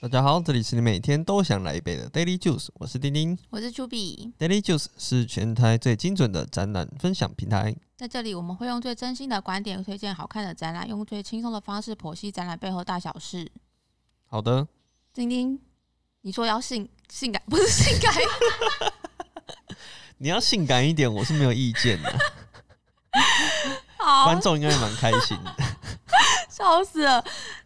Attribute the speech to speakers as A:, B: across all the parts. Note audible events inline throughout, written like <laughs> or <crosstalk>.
A: 大家好，这里是你每天都想来一杯的 Daily Juice，我是丁丁。
B: 我是 Juby，
A: Daily Juice 是全台最精准的展览分享平台。
B: 在这里我们会用最真心的观点推荐好看的展览，用最轻松的方式剖析展览背后大小事。
A: 好的，
B: 丁丁，你说要性性感不是
A: <laughs>
B: 性感，
A: 你要性感一点，我是没有意见的，
B: <laughs> 好
A: 观众应该蛮开心的。
B: 笑死了。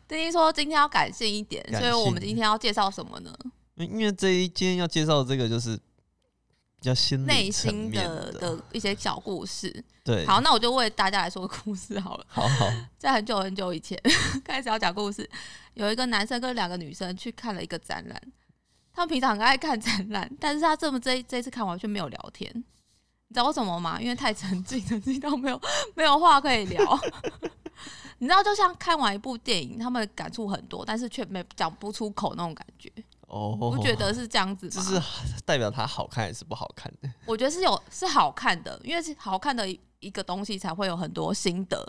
B: 丁丁说今天要感性一点，
A: 感
B: 所以我们
A: 性嗯
B: 今天要介绍什么呢？
A: 因为这一今天要介绍的这个就是比较心
B: 内
A: 理层
B: 心
A: 面
B: 的的一些小故事。
A: 对，
B: 好，，那我就为大家来说个故事好了。
A: 好
B: <laughs>
A: 好，
B: 在很久很久以前 <laughs> 开始要讲故事，有一个男生跟两个女生去看了一个展览，他们平常很爱看展览， <laughs> 但是他这么这一这一次看完却没有聊天，你知道为什么吗？因为太沉浸，沉浸到没有 <laughs> 没有话可以聊。 <laughs> 你知道，就像看完一部电影，他们感触很多，但是却没讲不出口那种感觉，
A: 哦，
B: 不觉得是这样子吗？
A: 就是代表它好看还是不好看的？
B: 我觉得是有是好看的，因为是好看的一个东西才会有很多心得。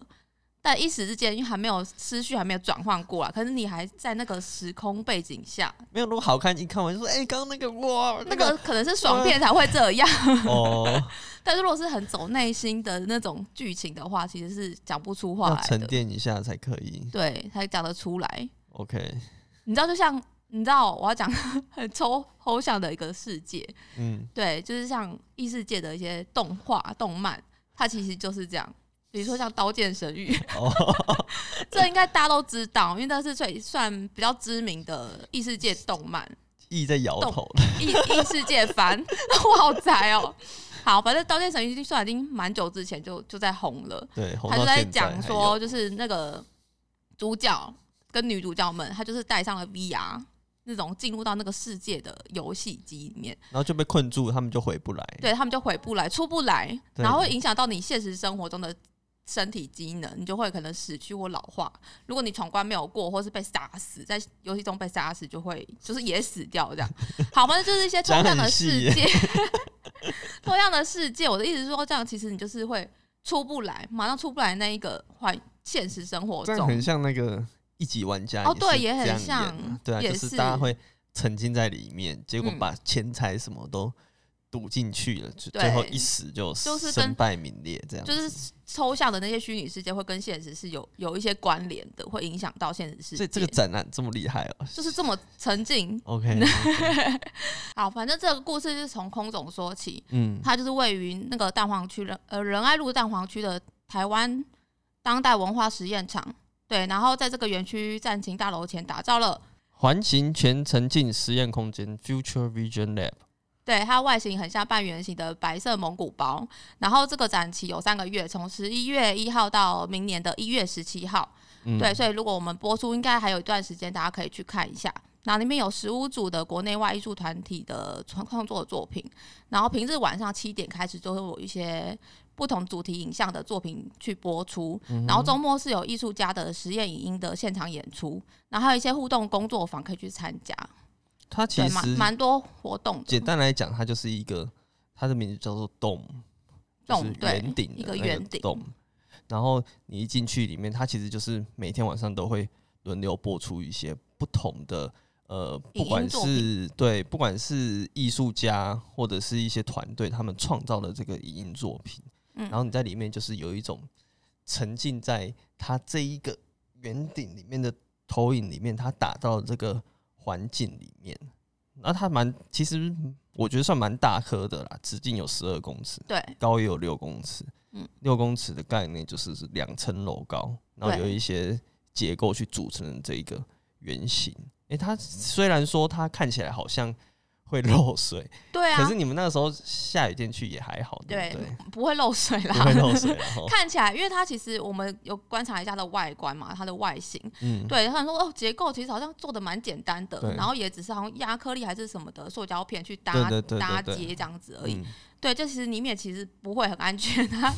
B: 但一时之间，因为还没有思绪，还没有转换过来，啊可是你还在那个时空背景下，
A: 没有，如果好看，一看完就说，哎、刚刚那个哇，
B: 那
A: 那
B: 个可能是爽片才会这样。
A: 哦，
B: 但是如果是很走内心的那种剧情的话，其实是讲不出话
A: 要
B: 来
A: 沉
B: 的，
A: 淀一下才可以。
B: 对，才讲得出来。
A: OK，
B: 你知道，就像你知道，我要讲很抽抽象的一个世界，
A: 嗯，
B: 对，就是像异世界的一些动画、动漫，它其实就是这样。比如说像《刀剑神域》，
A: 哦，<laughs>
B: <laughs> 这应该大家都知道，因为那是最算比较知名的异世界动漫、
A: 意在摇头
B: 异异世界番， <laughs> 我好宅哦。好，反正《刀剑神域》算已经蛮久之前就就在红了，
A: 对，红
B: 他就
A: 到
B: 在
A: 现
B: 讲
A: 还
B: 说，
A: 有，
B: 就是那个主角跟女主角们，他就是带上了 VR 那种进入到那个世界的游戏机里面，
A: 然后就被困住，他们就回不来。
B: 对他们就回不来、出不来，
A: 对
B: 然后会影响到你现实生活中的身体机能，你就会可能死去或老化。如果你闯关没有过，或是被杀死，在游戏中被杀死，就会就是也死掉这样。好，反正就是
A: <laughs>
B: 一些抽
A: 讲
B: 象
A: 很
B: 的
A: 细
B: 世
A: 耶
B: 界， <laughs> 抽象的世界。我的意思是说，这样其实你就是会出不来，马上出不来那一个环现实生活
A: 这样
B: 中
A: 很像那个一级玩家
B: 哦对
A: 是
B: 也很
A: 这样
B: 像
A: 演啊对啊，
B: 也
A: 就是
B: 是
A: 大家会沉浸在里面，结果
B: 嗯
A: 把钱财什么都赌进去了，就
B: 对
A: 最后一死就
B: 就是跟
A: 身败名裂这样
B: 就
A: 子。
B: 是抽象的那些虚拟世界会跟现实是有有一些关联的，会影响到现实
A: 所
B: 世界。
A: 以这个展览这么厉害哦。
B: 就是这么沉
A: <laughs>
B: 浸，<laughs>
A: OK，
B: 好，反正这个故事是从空总说起，
A: 嗯，
B: 它就是位于那个蛋黄区仁呃仁爱路蛋黄区的台湾当代文化实验场。对，然后在这个园区战情大楼前打造了，
A: 环形全沉浸实验空间 Future Vision Lab，
B: 对它外形很像半圆形的白色蒙古包。然后这个展期有三个月，从十一月一号到明年的一月十七号。
A: 嗯，
B: 对，，所以如果我们播出，应该还有一段时间，大家可以去看一下。然后里面有十五组的国内外艺术团体的创创作作品，然后平日晚上七点开始就会有一些不同主题影像的作品去播出，
A: 嗯
B: 然后周末是有艺术家的实验影音的现场演出，然后还有一些互动工作坊可以去参加，
A: 它其
B: 对，蛮
A: 实
B: 蛮多活动的
A: 简，单来讲，它就是一个，它的名字叫做 dome，就是
B: 动对
A: 圆顶
B: 一
A: 的
B: 个
A: 那
B: 圆顶
A: dome。然后你一进去里面，它其实就是每天晚上都会轮流播出一些不同的呃，不
B: 影音
A: 管
B: 作
A: 是对，不管是艺术家或者是一些团队他们创造的这个影音作品，
B: 嗯
A: 然后你在里面就是有一种沉浸在它这一个圆顶里面的投影里面，它打造的这个环境里面，然后它蛮其实我觉得算蛮大颗的啦，直径有十二公尺，
B: 对，
A: 高也有六公尺，
B: 嗯
A: 六公尺的概念就是是两层楼高，然后
B: 对
A: 有一些结构去组成的这一个圆形。诶、它虽然说它看起来好像会漏水，
B: 对
A: 可
B: 啊
A: 是，你们那个时候下雨天去也还好，对
B: 对
A: 不对？，
B: 不会漏水啦，
A: 不会漏水，啊
B: <laughs>
A: 然后
B: 看起来，因为它其实我们有观察一下它的外观嘛，它的外形，
A: 嗯，
B: 对，他们说哦，结构其实好像做的蛮简单
A: 对
B: 的，然后也只是好像压颗粒还是什么的塑胶片去搭
A: 对对对对
B: 搭
A: 对
B: 接这样子而已。
A: 嗯
B: 对，就其实里面其实不会很安全，它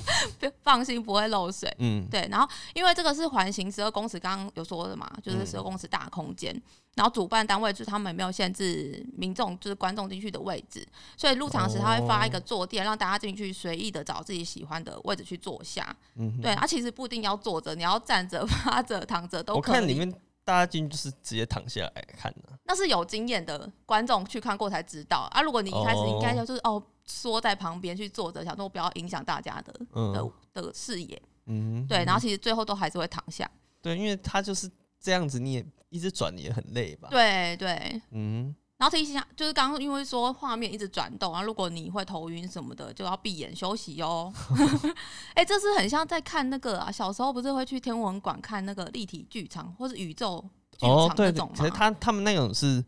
B: 放心不会漏水。
A: 嗯，
B: 对，然后因为这个是环形十二公尺，刚刚有说的嘛，就是
A: 嗯
B: 十二公尺大空间。然后主办单位就是他们也没有限制民众，就是观众进去的位置，所以入场时他会发一
A: 哦
B: 个坐垫，让大家进去随意的找自己喜欢的位置去坐下。
A: 嗯哼
B: <laughs> 对，它、其实不一定要坐着，你要站着、趴着、躺着都
A: 我
B: 可以。
A: 看里面大家进去就是直接躺下来看啊的、
B: 那是有经验的观众去看过才知道啊。如果你一开始
A: 哦
B: 应该就是哦缩在旁边去坐着，想说不要影响大家的的
A: 嗯
B: 的视野，
A: 嗯，
B: 哦对。然后其实最后都还是会躺下，
A: 对，因为他就是这样子，你也一直转也很累吧？，
B: 对对。
A: 嗯，
B: 然后提醒一下，就是刚刚因为说画面一直转动，然后如果你会头晕什么的，就要闭眼休息哦。 <laughs> 哎、这是很像在看那个啊，小时候不是会去天文馆看那个立体剧场或是宇宙剧
A: 哦
B: 场，那
A: 对，
B: 种
A: 可
B: 吗？
A: 是他他们那种是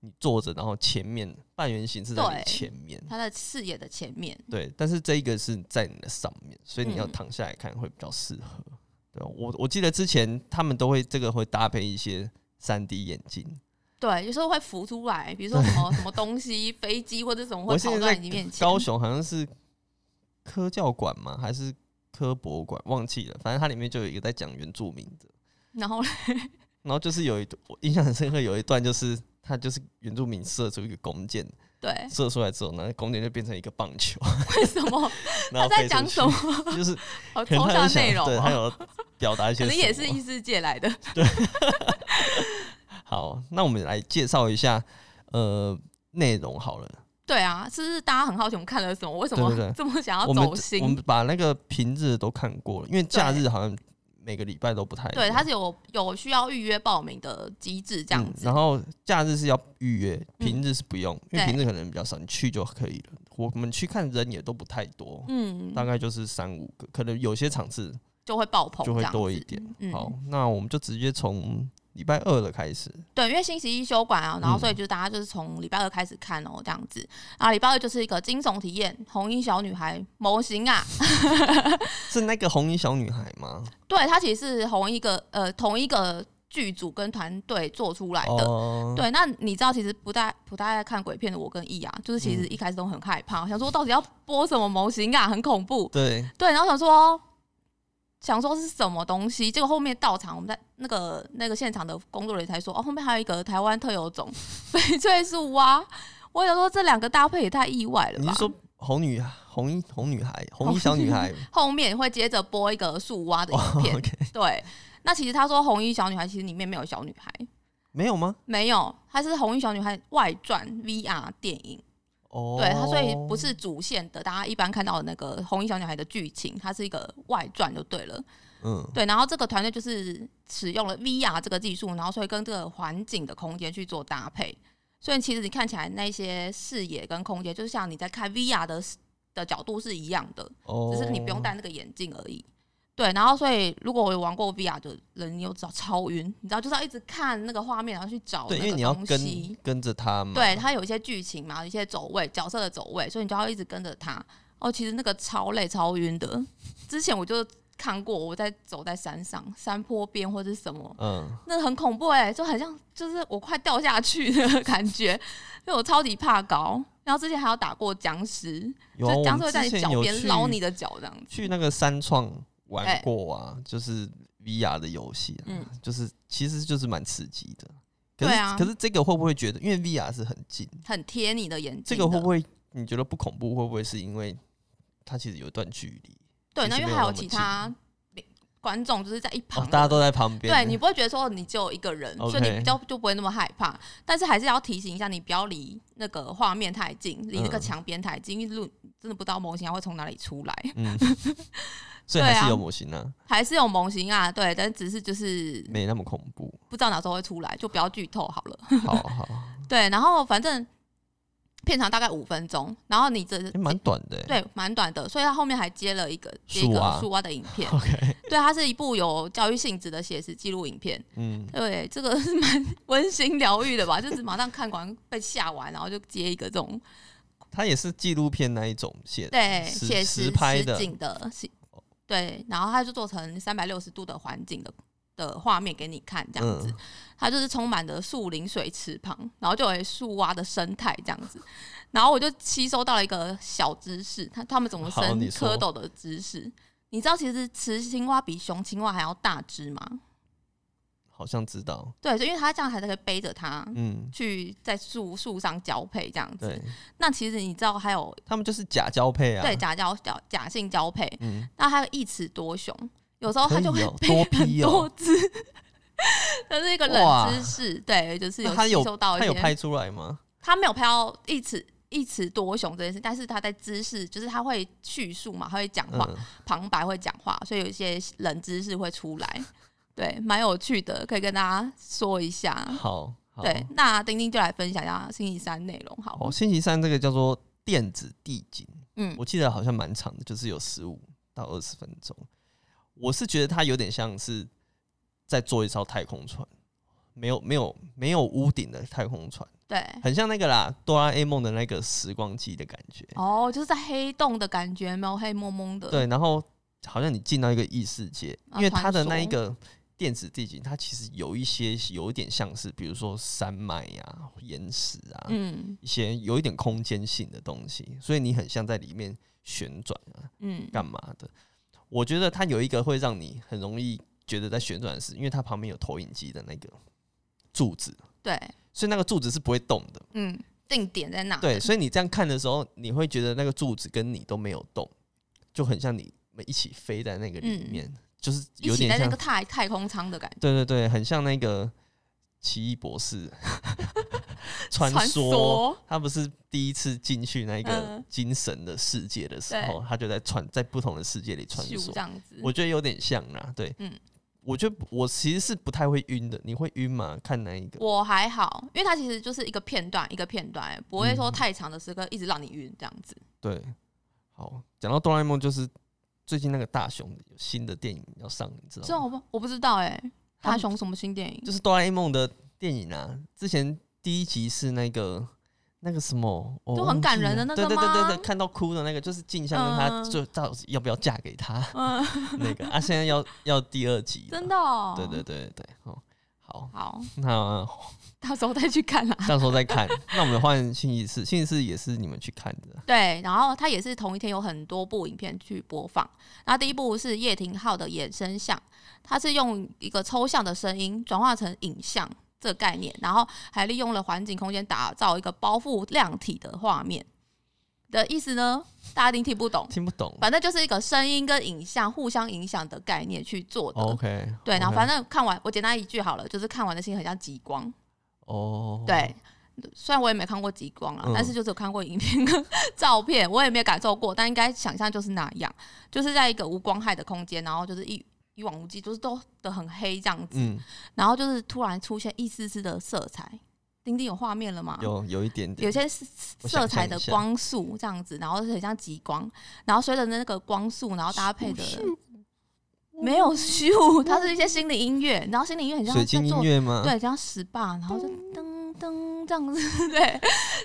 A: 你坐着，然后前面半圆形是在
B: 对
A: 你前面，
B: 它的视野的前面，
A: 对，但是这一个是在你的上面，所以你要
B: 嗯
A: 躺下来看会比较适合。对，我我记得之前他们都会这个会搭配一些三 D 眼镜，
B: 对，有时候会浮出来，比如说什
A: <laughs>
B: 么什么东西、飞机或者什么会
A: 我现
B: 跑
A: 在
B: 到
A: 在
B: 你面前。
A: 高雄好像是科教馆吗？还是科博馆？忘记了，反正它里面就有一个在讲原住民的。
B: 然后嘞，
A: 然后就是有一段我印象很深刻，有一段就是他就是原住民射出一个弓箭，
B: <laughs> 对，
A: 射出来之后，那个弓箭就变成一个棒球，
B: <laughs> 为什么
A: <laughs> 然
B: 他
A: 后
B: 在
A: 飞出
B: 讲
A: 去 <laughs>
B: 什？么？哦
A: 就是
B: 好
A: 可能
B: 抽
A: 他
B: 象
A: 是想
B: 内容
A: 对他
B: 哦，
A: 有表达一些
B: 可
A: 什么，
B: 能也是异世界来的。
A: 好。那我们来介绍一下呃内容好了，
B: 对啊，是不是大家很好奇我们看了什么？为什
A: 对对
B: 么
A: 对
B: 这么想要
A: 我们
B: 走
A: 我
B: 心
A: 们？把那个平日都看过了，因为假日好像每个礼拜都不太一
B: 对，
A: 样
B: 它是有有需要预约报名的机制这样
A: 嗯
B: 子。嗯
A: 然后假日是要预约，平日是不用，因为平日可能比较少，你去就可以了。我们去看人也都不太多，
B: 嗯，
A: 大概就是三五个，可能有些场次
B: 就会爆棚，
A: 就会多一。点。
B: 嗯，
A: 好，那我们就直接从礼拜二的开始。
B: 对，因为星期一休馆啊，然后
A: 嗯
B: 所以就是大家就是从礼拜二开始看哦，这样子。然后礼拜二就是一个惊悚体验，红衣小女孩模型啊，
A: 是那个红衣小女孩吗？
B: 对，它其实是同一个呃同一个剧组跟团队做出来的。
A: 哦，
B: 对，那你知道其实不太不太爱看鬼片的我跟易啊，就是其实
A: 嗯
B: 一开始都很害怕，想说到底要播什么模型啊，很恐怖。
A: 对
B: 对，然后想说想说是什么东西，结果后面到场，我们在那个那个现场的工作人员才说，哦，后面还有一个台湾特有种 <laughs> 翡翠树蛙。我想说这两个搭配也太意外了
A: 你
B: 吧
A: 是？说红女红衣红女孩红衣小女孩？
B: 后面会接着播一个树蛙的
A: 哦
B: 影片，
A: ，OK，
B: 对。那其实他说红衣小女孩其实里面没有小女孩，
A: 没有吗？
B: 没有，它是红衣小女孩外传 VR 电影。
A: 哦，
B: 对，它所以不是主线的，大家一般看到的那个红衣小女孩的剧情，它是一个外传就对了。
A: 嗯，
B: 对，然后这个团队就是使用了 VR 这个技术，然后所以跟这个环境的空间去做搭配，所以其实你看起来那些视野跟空间，就像你在看 VR 的的角度是一样的，
A: 哦，
B: 只是你不用戴那个眼镜而已。对，然后所以如果我有玩过 VR 的人，你又知道超晕，你知道就是要一直看那个画面，然后去找
A: 对，因
B: 那
A: 为
B: 个
A: 你要
B: 东
A: 跟
B: 西。
A: 跟着她嘛。
B: 对，它有一些剧情嘛，有一些走位，角色的走位，所以你就要一直跟着它。哦，其实那个超累超晕的。之前我就看过，我在走在山上、山坡边或者什么，
A: 嗯，
B: 那很恐怖哎、就很像就是我快掉下去的 <laughs> 感觉，因为我超级怕高。然后之前还有打过僵尸，
A: 有啊，
B: 就
A: 我
B: 僵
A: 们
B: 尸会
A: 之
B: 在
A: 前
B: 你脚
A: 有
B: 边
A: 去
B: 捞你的脚这样子。
A: 去那个三创玩
B: 哎
A: 过啊，就是 VR 的游戏、啊，
B: 嗯
A: 就是其实就是蛮刺激的。可是
B: 对啊
A: 可是这个会不会觉得，因为 VR 是很近，
B: 很贴你的眼睛的，
A: 这个会不会你觉得不恐怖？会不会是因为它其实有一段距离？哦
B: 对？
A: 其
B: 那
A: 实
B: 因
A: 没
B: 为
A: 有
B: 还有
A: 那么
B: 其
A: 近
B: 他观众就是在一旁
A: 哦，
B: 的
A: 大家都在旁边，
B: 对你不会觉得说你只有一个人
A: OK
B: 所以你比较就不会那么害怕。但是还是要提醒一下，你不要离那个画面太近，离那个
A: 嗯
B: 墙边太近，因为路真的不知道模型它会从哪里出来。 <laughs>
A: 嗯，所以还
B: 对啊
A: 是有模型啊，
B: 还是有模型啊，对，但只是就是
A: 没那么恐怖。
B: 不知道哪时候会出来，就不要剧透好了。
A: 好
B: <laughs>
A: 好，
B: 对，然后反正片长大概五分钟，然后你这、
A: 也蛮短的、欸。
B: 对蛮短的，所以他后面还接了一个接一
A: 树
B: 个
A: 蛙，
B: 树蛙的影片
A: ，OK， <laughs>
B: 对，它是一部有教育性质的写实记录影片。
A: 嗯，
B: 对，这个是蛮 <laughs> 温馨疗愈的吧？就是马上看完被吓完，然后就接一个这种
A: 它也是纪录片那一种写的，
B: 对
A: 实
B: 写
A: 实
B: 实
A: 拍的
B: 实景的，是对，然后他就做成三百六十度的环境的的画面给你看，这样子
A: 嗯，
B: 它、就是充满了树林、水池旁，然后就有树蛙的生态这样子，然后我就吸收到了一个小知识，他他们怎么
A: 好
B: 生
A: 你
B: 蝌
A: 说
B: 蚪的知识。你知道其实雌青蛙比雄青蛙还要大只吗？
A: 好像知道，
B: 对，就因为它这样才可以背着它，
A: 嗯，
B: 去在树树上交配这样子。
A: 对，
B: 那其实你知道还有、
A: 他们就是假交配啊，
B: 对，假交假假性交配，
A: 嗯，
B: 那还有一雌多雄，有时候它就
A: 可以
B: 会
A: 哦
B: 配
A: 多
B: 很
A: 批哦
B: 多只。 <laughs> 这是一个
A: 哇
B: 冷知识，对，就是
A: 那
B: 有
A: 他有
B: 吸收到一
A: 他有
B: 些。
A: 拍出来吗？
B: 他没有拍到一尺一尺多雄这件事，但是他在知识，就是他会叙述嘛，他会讲话，
A: 嗯，
B: 旁白会讲话，所以有一些冷知识会出来，对，蛮有趣的，可以跟大家说一下。
A: 嗯好，好
B: 对，那丁丁就来分享一下星期三内容好了，
A: 哦，星期三这个叫做电子地景，
B: 嗯
A: 我记得好像蛮长的，就是有十五到二十分钟。我是觉得它有点像是在做一艘太空船，没有没有没有屋顶的太空船，
B: 对，
A: 很像那个啦，哆啦 A 梦的那个时光机的感觉。
B: 哦，就是在黑洞的感觉，没有黑蒙蒙的，
A: 对，然后好像你进到一个异世界，
B: 啊
A: 因为它的
B: 传说
A: 那一个电子地景，它其实有一些有一点像是，比如说山脉呀、岩石啊，
B: 嗯
A: 一些有一点空间性的东西，所以你很像在里面旋转啊，
B: 嗯，
A: 干嘛的？我觉得它有一个会让你很容易觉得在旋转的是，因为它旁边有投影机的那个柱子，
B: 对，
A: 所以那个柱子是不会动的。
B: 嗯，定点在哪？
A: 对，，所以你这样看的时候，你会觉得那个柱子跟你都没有动，就很像你们一起飞在那个里面，就是
B: 嗯一
A: 有
B: 起
A: 点
B: 在那
A: 像
B: 个，太太空舱的感觉，
A: 对对对，很像那个奇异博士穿
B: 穿
A: 梭。
B: 梭，
A: 他不是第一次进去那个
B: 嗯
A: 精神的世界的时候，他就在穿在不同的世界里穿
B: 咻这
A: 梭。
B: 样子，
A: 我觉得有点像啦，对，
B: 嗯
A: 我觉得我其实是不太会晕的，你会晕吗？看那一个？
B: 我还好，因为它其实就是一个片段一个片段，不会
A: 嗯
B: 说太长的时刻一直让你晕这样子。
A: 对，好，讲到哆啦 A 梦，就是最近那个大雄有新的电影要上，你知
B: 这
A: 道吗？
B: 我不我不知道哎、
A: 他
B: 大
A: 们
B: 雄什么新电影？
A: 就是哆啦 A 梦的电影啊，之前第一集是那个。那个什么，我
B: 就很
A: 忘记
B: 感人
A: 了
B: 的那
A: 对
B: 个
A: 对对对对，
B: 吗
A: 看到哭的那个，就是静香跟他
B: 嗯
A: 就到底要不要嫁给他，
B: 嗯，
A: <laughs> 那个啊，现在要要第二集，
B: 真、的、哦。
A: 对对对对，哦，好，
B: 好，
A: 那
B: 到时候再去看啦。
A: 到时候再看。那我们换星期四，星期四也是你们去看的，
B: 对，然后它也是同一天有很多部影片去播放。然后第一部是叶廷浩的衍生像，它是用一个抽象的声音转化成影像这个概念，然后还利用了环境空间打造一个包覆量体的画面。的意思呢，大家一定听不懂，
A: 听不懂。
B: 反正就是一个声音跟影像互相影响的概念去做的。
A: OK，
B: 对，然后
A: 哦 OK
B: 反正看完，我简单一句好了，就是看完的心情很像极光。
A: 哦，
B: 对，虽然我也没看过极光啊，
A: 嗯
B: 但是就是有看过影片跟 <laughs> 照片，我也没有感受过，但应该想象就是那样，就是在一个无光害的空间，然后就是一一望无际，就是都都很黑这样子，
A: 嗯，
B: 然后就是突然出现一丝丝的色彩。丁丁有画面了吗？
A: 有有一点点，
B: 有些色
A: 我
B: 色
A: 想
B: 彩
A: 象
B: 的
A: 一下
B: 光束这样子，然后是很像极光，然后随着那个光束，然后搭配的没有咻，它是一些心理音乐，然后心理音乐很像
A: 水晶
B: 在
A: 音
B: 做
A: 乐吗？
B: 对，像 SPA，然后就噔噔这样子， <laughs> 对，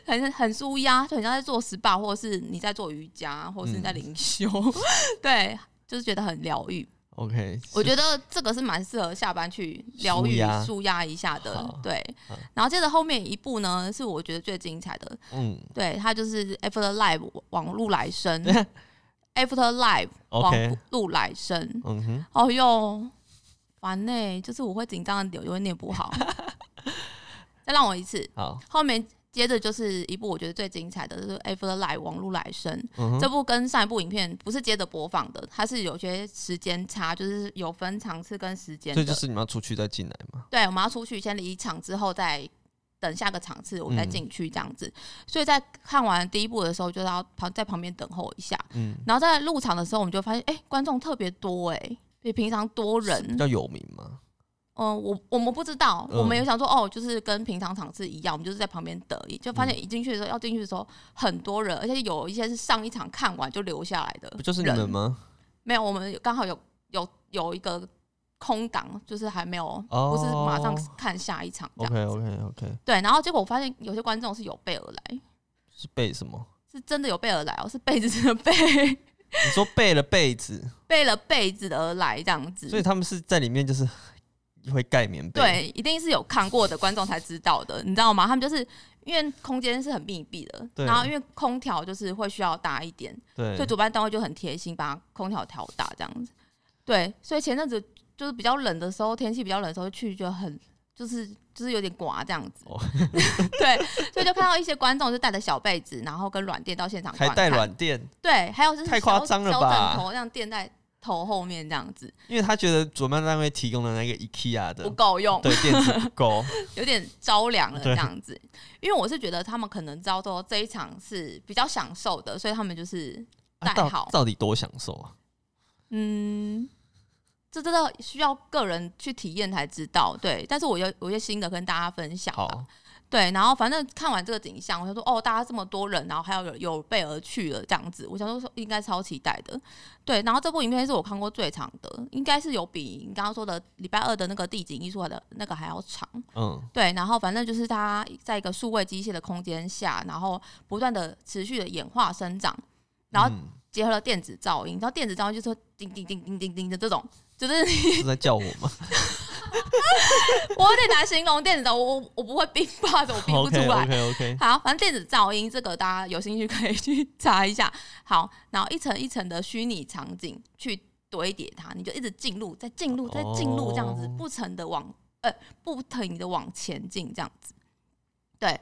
B: 很很舒压，就很像在做 SPA，或者是你在做瑜伽，或者是你在
A: 嗯
B: 灵修， <laughs> 对，就是觉得很疗愈。
A: ，OK，
B: 我
A: 得
B: 觉得这个是蛮适合下班去疗
A: 舒
B: 愈
A: 压、
B: 舒压一下的
A: 好，嗯
B: 对
A: 好。
B: 然后接着后面一部呢，是我觉得最精彩的，
A: 嗯
B: 对，它就是 After Live 网路
A: <laughs>
B: 来生，After Live
A: ，OK，
B: 网路来生，
A: 嗯哼，
B: 哦哟，烦呢、就是我会紧张的，有会念不好。再让我一次，
A: 好，
B: 后面接着就是一部我觉得最精彩的，就是《After Life 网路来生》
A: 嗯
B: 这
A: 哼，
B: 部跟上一部影片不是接着播放的，它是有些时间差，就是有分场次跟时间
A: 这
B: 的。
A: 就是你们要出去再进来嘛。
B: 对，我们要出去先离场之后再。等下个场次，我们再
A: 嗯
B: 进去这样子，所以在看完第一部的时候，就要旁在旁边等候一下。
A: 嗯，
B: 然后在入场的时候，我们就发现，哎、观众特别多、哎，比平常多人，
A: 比较有名嘛。
B: 嗯，我我们不知道，
A: 嗯
B: 我们有想说哦，就是跟平常场次一样，我们就是在旁边得意，就
A: 嗯
B: 发现一进去的时候，要进去的时候很多人，而且有一些是上一场看完就留下来的人，
A: 不就是你们吗？
B: 没有，我们有刚好有有有一个空档，就是还没有，
A: 哦
B: 不是马上看下一场这样
A: OK
B: 子。
A: OK OK，
B: 对，然后结果我发现有些观众是有备而来，
A: 是背什么？
B: 是真的有备而来哦，是被子的被， <laughs>
A: 你说背了被子，
B: 背了被子而来这样子。
A: 所以他们是在里面就是会盖棉被。
B: 对，一定是有看过的观众才知道的，你知道吗？他们就是因为空间是很密闭的，
A: 对
B: 然后因为空调就是会需要大一点，
A: 对
B: 所以主办单位就很贴心把空调调大这样子。对，所以前阵子就是比较冷的时候，天气比较冷的时候去就很就是就是有点刮这样子。
A: 哦
B: <laughs> 对，所以就看到一些观众就带着小被子，然后跟软垫到现场
A: 还
B: 观
A: 带
B: 看
A: 软垫，
B: 对，还有就是
A: 太夸张了
B: 小
A: 吧
B: 小枕头让垫在头后面这样子
A: 因为他觉得主办单位提供的那个 IKEA
B: 不
A: 的
B: 够用，
A: 对垫子不
B: <laughs>
A: 够，
B: 有点着凉了
A: 对
B: 这样子。因为我是觉得他们可能知道说这一场是比较享受的，所以他们就是
A: 啊、
B: 带
A: 到
B: 好
A: 到底多享受啊？
B: 嗯，这真的需要个人去体验才知道。对，但是我有有一些新的跟大家分享吧。
A: 好，
B: 对，然后反正看完这个景象，我就说哦，大家这么多人，然后还有有有备而去了这样子，我想说应该超期待的。对，然后这部影片是我看过最长的，应该是有比你刚刚说的礼拜二的那个地景艺术的那个还要长。
A: 嗯，
B: 对，然后反正就是它在一个数位机械的空间下，然后不断的持续的演化生长，然后
A: 嗯
B: 结合了电子噪音，你知道电子噪音就是会叮叮叮叮叮叮的这种，就是
A: 是在叫我吗？
B: <laughs> 我有点难形容电子噪音，我我我不会 <laughs> 冰霸的，我冰不出
A: OK <laughs>
B: 来。
A: OK OK，
B: 好，反正电子噪音这个大家有兴趣可以去 <laughs> 查一下。好，然后一层一层的虚拟场景去堆叠它，你就一直进入，再进入，再进入，这样子
A: 哦
B: 不停的往呃不停的往前进，这样子。对，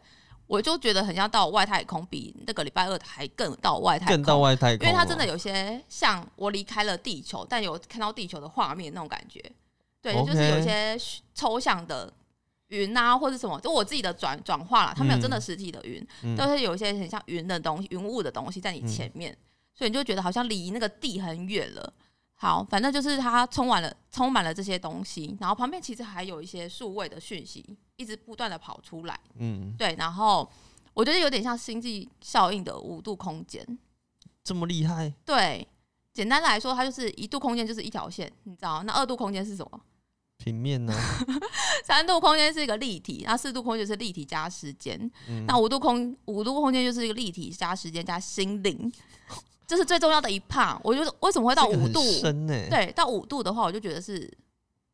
B: 我就觉得很像到外太空，比那个礼拜二还更到外 <laughs> 太空，
A: 更到外太空啊了，
B: 因为它真的有些像我离开了地球，但有看到地球的画面那种感觉。对
A: OK
B: 就是有一些虚抽象的云啊，或者什么，就我自己的转转化了，它没有真的实体的云，
A: 嗯
B: 都是有一些很像云的东西、云雾的东西在你前面，所以你就觉得好像离那个地很远了。好，反正就是它充满了充满了这些东西，然后旁边其实还有一些数位的讯息，一直不断的跑出来。
A: 嗯，
B: 对，然后我觉得有点像星际效应的五度空间，
A: 这么厉害，
B: 对，简单来说，它就是一度空间就是一条线，你知道？那二度空间是什么？ <laughs>
A: 平面呢、
B: 三度空间是一个立体，那四度空间就是立体加时间，
A: 嗯，
B: 那五度空五度空间就是一个立体加时间加心灵，这是最重要的一 part。我觉得为什么会到
A: 这个
B: 五
A: 很
B: 度？
A: 深呢、
B: 对，到五度的话，我就觉得是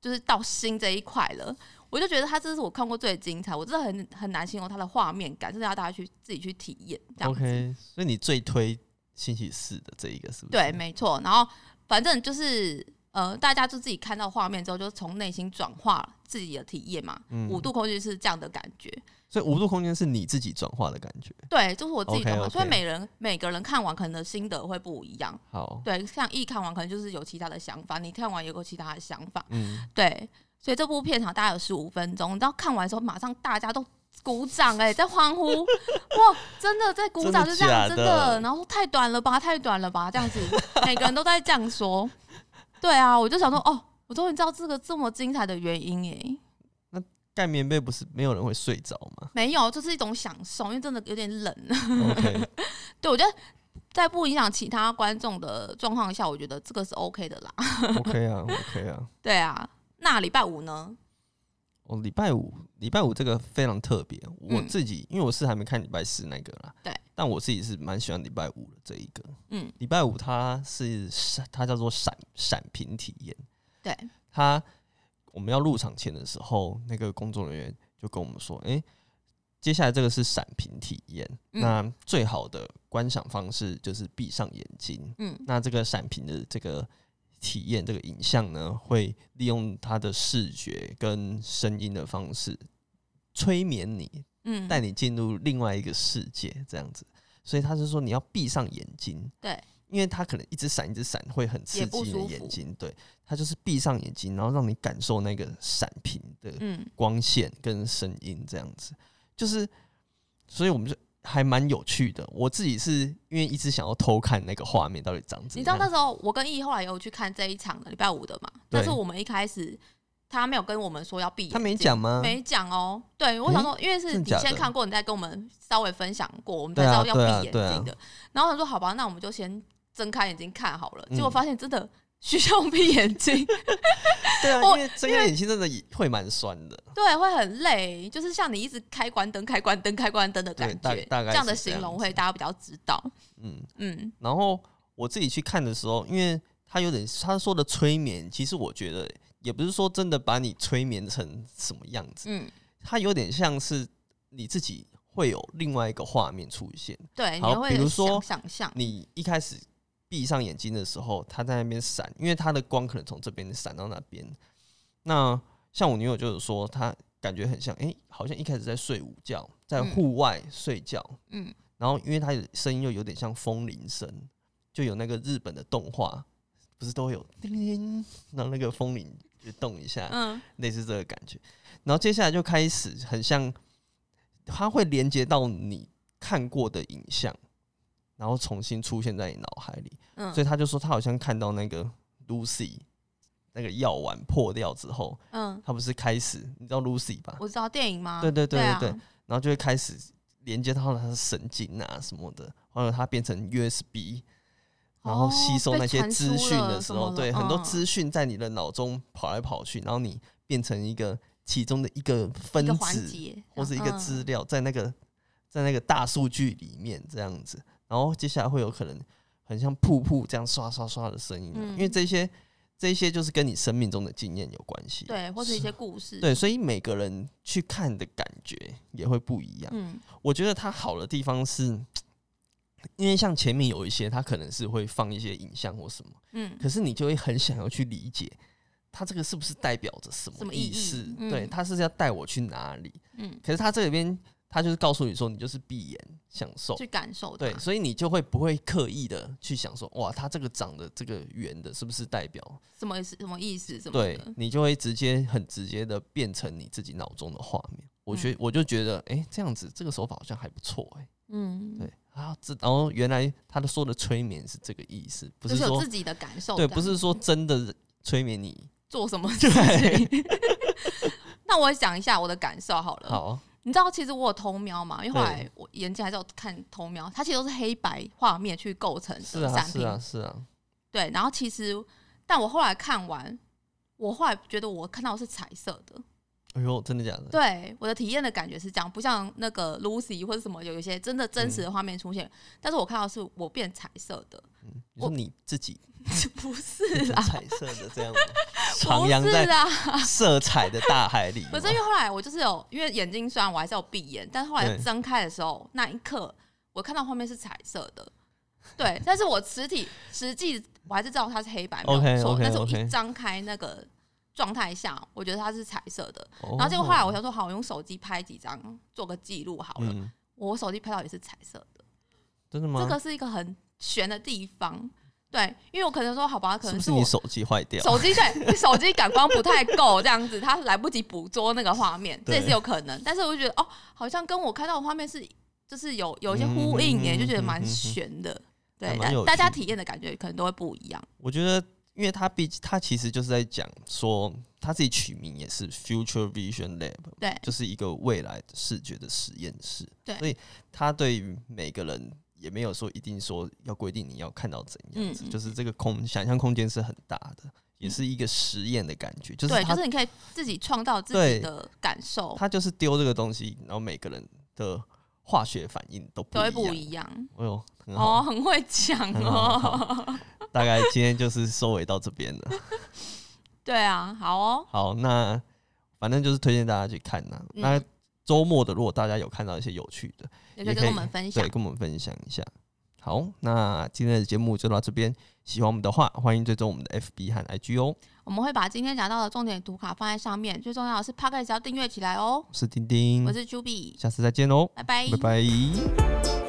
B: 就是到心这一块了。我就觉得它这是我看过最精彩，我真的很很难形容它的画面感，真的要大家去自己去体验。这样子
A: OK，所以你最推星期四的这一个是不是？
B: 对，没错。然后反正就是呃，大家就自己看到画面之后，就从内心转化自己的体验嘛。
A: 嗯
B: 五度空间是这样的感觉，
A: 所以无度空间是你自己转化的感觉。
B: 对，就是我自己转化。
A: OK，OK
B: 所以每人每个人看完可能的心得会不一样。
A: 好，
B: 对，像易看完可能就是有其他的想法，你看完有个其他的想法，
A: 嗯，
B: 对。所以这部片长大概有十五分钟，你知道看完之后马上大家都鼓掌哎、在欢呼哇，真的在鼓掌，
A: 真的
B: 就这样
A: 假的
B: 真的，然后说太短了吧，太短了吧，这样子，每个人都在这样说。对啊，我就想说哦，我终于知道这个这么精彩的原因哎、
A: 盖棉被不是没有人会睡着
B: <laughs>
A: 吗
B: 没有，这是一种享受，因为真的有点冷。
A: ？OK，
B: <laughs> 对我觉得在不影响其他观众的状况下，我觉得这个是 OK 的啦。 <laughs>
A: OK 啊，OK 啊。
B: 对啊，那礼拜五呢？
A: 哦，礼拜五，礼拜五这个非常特别。我
B: 嗯
A: 自己、因为我是还没看礼拜四那个啦，
B: 对，
A: 但我自己是蛮喜欢礼拜五的这一个。
B: 嗯，
A: 礼拜五它是闪它叫做闪闪屏体验。
B: 对，
A: 他我们要入场前的时候，那个工作人员就跟我们说：“诶，接下来这个是闪屏体验，
B: 嗯
A: 那最好的观赏方式就是闭上眼睛。
B: 嗯
A: 那这个闪屏的这个体验，这个影像呢，会利用它的视觉跟声音的方式催眠你，
B: 嗯，
A: 带你进入另外一个世界，这样子。所以他是说你要闭上眼睛，
B: 对，
A: 因为它可能一直闪一直闪会很刺
B: 也
A: 激
B: 不
A: 你的
B: 舒
A: 眼
B: 服
A: 睛，对，它就是闭上眼睛，然后让你感受那个闪屏的
B: 嗯
A: 光线跟声音这样子，就是，所以我们就还蛮有趣的。我自己是因为一直想要偷看那个画面到底长怎
B: 你知道
A: 样，
B: 那时候我跟易后来有去看这一场的礼拜五的嘛？但是我们一开始他没有跟我们说要闭眼睛，
A: 他没讲吗？
B: 没讲哦。对，我想说，因为是
A: 真
B: 你
A: 的假
B: 先
A: 的
B: 看过，你再跟我们稍微分享过，我们才
A: 对
B: 知
A: 啊
B: 道要闭
A: 对啊
B: 眼睛
A: 对啊
B: 的。然后他说：“好吧，那我们就先睁开眼睛看好了。”
A: 嗯
B: 结果发现真的需要闭眼睛， <laughs>
A: 对啊，
B: 我
A: 因为睁开眼睛真的也会蛮酸的。
B: 对，会很累，就是像你一直开关灯、开关灯、开关灯的感
A: 对
B: 觉，
A: 大大概
B: 这样的
A: 是这
B: 形容
A: 样
B: 会
A: 子
B: 大家比较知道。
A: 嗯，
B: 嗯
A: 然后我自己去看的时候，因为他有点他说的催眠，其实我觉得也不是说真的把你催眠成什么样子，
B: 嗯，
A: 它有点像是你自己会有另外一个画面出现。
B: 对，你
A: 好
B: 会
A: 比如
B: 很
A: 说
B: 想想象，
A: 你一开始闭上眼睛的时候，它在那边闪，因为它的光可能从这边闪到那边。那像我女友就是说，她感觉很像，诶，好像一开始在睡午觉，在
B: 嗯
A: 户外睡觉，
B: 嗯
A: 然后因为它的声音又有点像风铃声，就有那个日本的动画不是都有叮铃，让那个风铃就动一下，
B: 嗯，
A: 类似这个感觉。然后接下来就开始很像，它会连接到你看过的影像，然后重新出现在你脑海里。
B: 嗯
A: 所以他就说他好像看到那个 Lucy 那个药丸破掉之后，
B: 嗯，
A: 他不是开始你知道 Lucy 吧？
B: 我知道电影吗？
A: 对对对
B: 对啊
A: 对对然后就会开始连接到他的神经啊什么的，或者他变成 USB，然后
B: 哦
A: 吸收
B: 被
A: 那些
B: 传
A: 资
B: 输
A: 讯
B: 了
A: 的时
B: 什么
A: 候，
B: 了
A: 对很多
B: 嗯
A: 资讯在你的脑中跑来跑去，然后你变成一个其中的一个分
B: 一个环
A: 子
B: 节嗯
A: 或是一个资，料，在那个在那个大数据里面这样子，然后接下来会有可能很像瀑布这样刷刷刷的声音啊、因为
B: 嗯
A: 这些这些就是跟你生命中的经验有关系，啊
B: 这样嗯对，或者一
A: 是
B: 些故事，，
A: 对，所以每个人去看的感觉也会不一样。
B: 嗯
A: 我觉得它好的地方是，因为像前面有一些，它可能是会放一些影像或什么，
B: 嗯，
A: 可是你就会很想要去理解，它这个是不是代表着什
B: 什
A: 么
B: 么意义
A: 思？
B: 嗯
A: 对，它是要带我去哪里？
B: 嗯，
A: 可是它这里边，它就是告诉你说，你就是闭眼享受。
B: 去感受它
A: 对，所以你就会不会刻意的去想说，哇，它这个长得这个圆的，是不是代表？
B: 什么什么意思，什么
A: 对
B: 的，
A: 你就会直接很直接的变成你自己脑中的画面。我觉
B: 嗯
A: 我就觉得，哎、这样子这个手法好像还不错、哎。
B: 嗯，
A: 对，啊，这然后原来他的说的催眠是这个意思，不
B: 就是是有
A: 说
B: 自己的感嗯受，
A: 对，不是说真的催眠你。
B: 做
A: <laughs>
B: 什么事情。那我讲一下我的感受好了。
A: 好，
B: 你知道，其实我有偷瞄嘛，因为后来
A: 对
B: 我眼睛还是有看偷瞄，它其实都是黑白画面去构成
A: 是
B: 的
A: 啊，
B: 闪
A: 是
B: 屏。
A: 啊，是啊，
B: 对，然后其实，但我后来看完，我后来觉得我看到的是彩色的。
A: 哎呦，真的假的？
B: 对，我的体验的感觉是这样，不像那个 Lucy 或者什么有一些真的真实的画面出现，但是我看到的是我变彩色的， <laughs>
A: 嗯你说
B: 我
A: 你自己
B: 不
A: <laughs>
B: <laughs> 是啦，
A: 彩色的这样徜
B: 不
A: 徉
B: 是
A: 在 <laughs>
B: 啦，
A: 色彩的大海
B: <laughs>
A: 里吗，
B: 可是因为后来我就是有，因为眼睛虽然我还是有闭眼，但是后来
A: 对
B: 睁开的时候，那一刻我看到画面是彩色的，对，但是我实体实际我还是知道它是黑白没有
A: OK，
B: 错
A: OK，
B: 但是我
A: OK
B: 一张开那个状态下，我觉得它是彩色的，
A: 哦，
B: 然后结果后来我想说，好，我用手机拍几张做个记录好了，
A: 嗯，
B: 我手机拍到也是彩色的，
A: 真的吗？
B: 这个是一个很悬的地方，对，因为我可能说好吧，可
A: 是
B: 能
A: 不
B: 我
A: 你手机坏掉？
B: 手机对 <laughs> 手机感光不太够，这样子他来不及捕捉那个画面，这
A: 对
B: 也是有可能。但是我就觉得哦，好像跟我看到的画面是就是有有一些呼应耶，
A: 嗯
B: 就觉得蛮
A: 嗯嗯嗯
B: 悬的。对
A: 还，蛮有
B: 但
A: 趣
B: 大家体验的感觉可能都会不一样。
A: 我觉得，因为他毕竟他其实就是在讲说他自己取名也是 Future Vision Lab，
B: 对
A: 就是一个未来的视觉的实验室。
B: 对
A: 所以他对于每个人也没有说一定说要规定你要看到怎样子，
B: 嗯嗯
A: 就是这个空想象空间是很大的，也
B: 嗯
A: 是一个实验的感觉，就是
B: 对，
A: 他
B: 就是你可以自己创造自己
A: 对
B: 的感受，
A: 他就是丢这个东西，然后每个人的化学反应都不
B: 都
A: 一
B: 会
A: 样。
B: 不一样。
A: 哎呦，很好
B: 哦，很会讲
A: 很好
B: 哦。
A: 大概今天就是收尾到这边了。
B: <laughs> 对啊，好哦，
A: 好，那反正就是推荐大家去看呐、
B: 嗯
A: 那周末的，如果大家有看到一些有趣的，
B: 也可
A: 也
B: 以跟
A: 可以
B: 我们分享
A: 对，。跟我们分享一下。好，那今天的节目就到这边。喜欢我们的话，欢迎追踪我们的 FB 和 IG 哦。
B: 我们会把今天讲到的重点读卡放在上面，最重要的是 p o d c a s 要订阅起来哦。
A: 我是丁丁
B: 我，是 Juby，
A: 下次再见喽，
B: 拜拜，
A: 哦拜拜